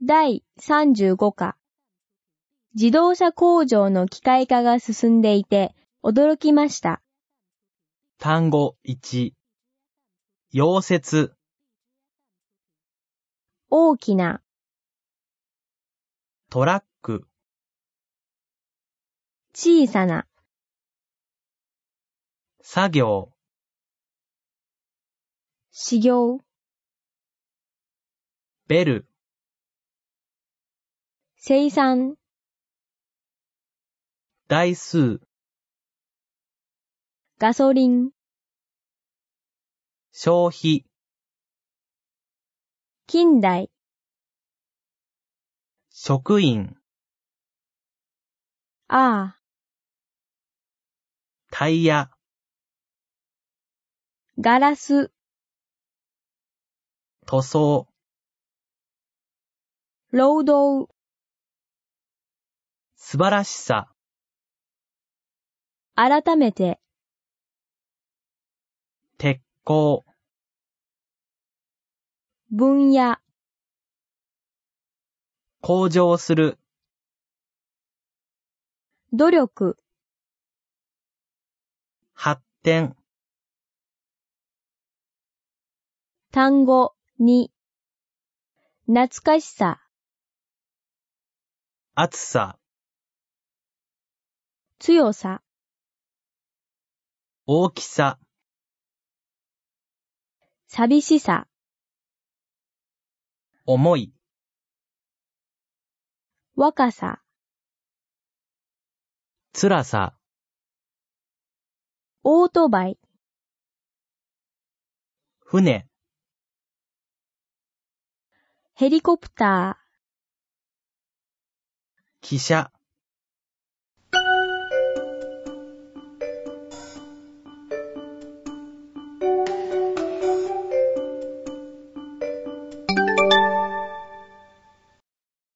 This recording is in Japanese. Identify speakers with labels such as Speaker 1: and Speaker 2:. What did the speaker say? Speaker 1: 第35課。自動車工場の機械化が進んでいて、驚きました。
Speaker 2: 単語1、溶接、
Speaker 1: 大きな、
Speaker 2: トラック、
Speaker 1: 小さな、
Speaker 2: 作業、
Speaker 1: 修行、
Speaker 2: ベル、
Speaker 1: 生産、
Speaker 2: 台数、
Speaker 1: ガソリン、
Speaker 2: 消費、
Speaker 1: 近代、
Speaker 2: 職員、
Speaker 1: ああ、
Speaker 2: タイヤ、
Speaker 1: ガラス、
Speaker 2: 塗装、
Speaker 1: 労働、
Speaker 2: 素晴らしさ、
Speaker 1: 改めて、
Speaker 2: 鉄鋼、
Speaker 1: 分野、
Speaker 2: 向上する、
Speaker 1: 努力、
Speaker 2: 発展、
Speaker 1: 単語、に、懐かしさ、
Speaker 2: 暑さ、
Speaker 1: 強さ、
Speaker 2: 大きさ、
Speaker 1: 寂しさ、
Speaker 2: 重い、
Speaker 1: 若さ、
Speaker 2: 辛さ、
Speaker 1: オートバイ、
Speaker 2: 船、
Speaker 1: ヘリコプター、
Speaker 2: 汽車、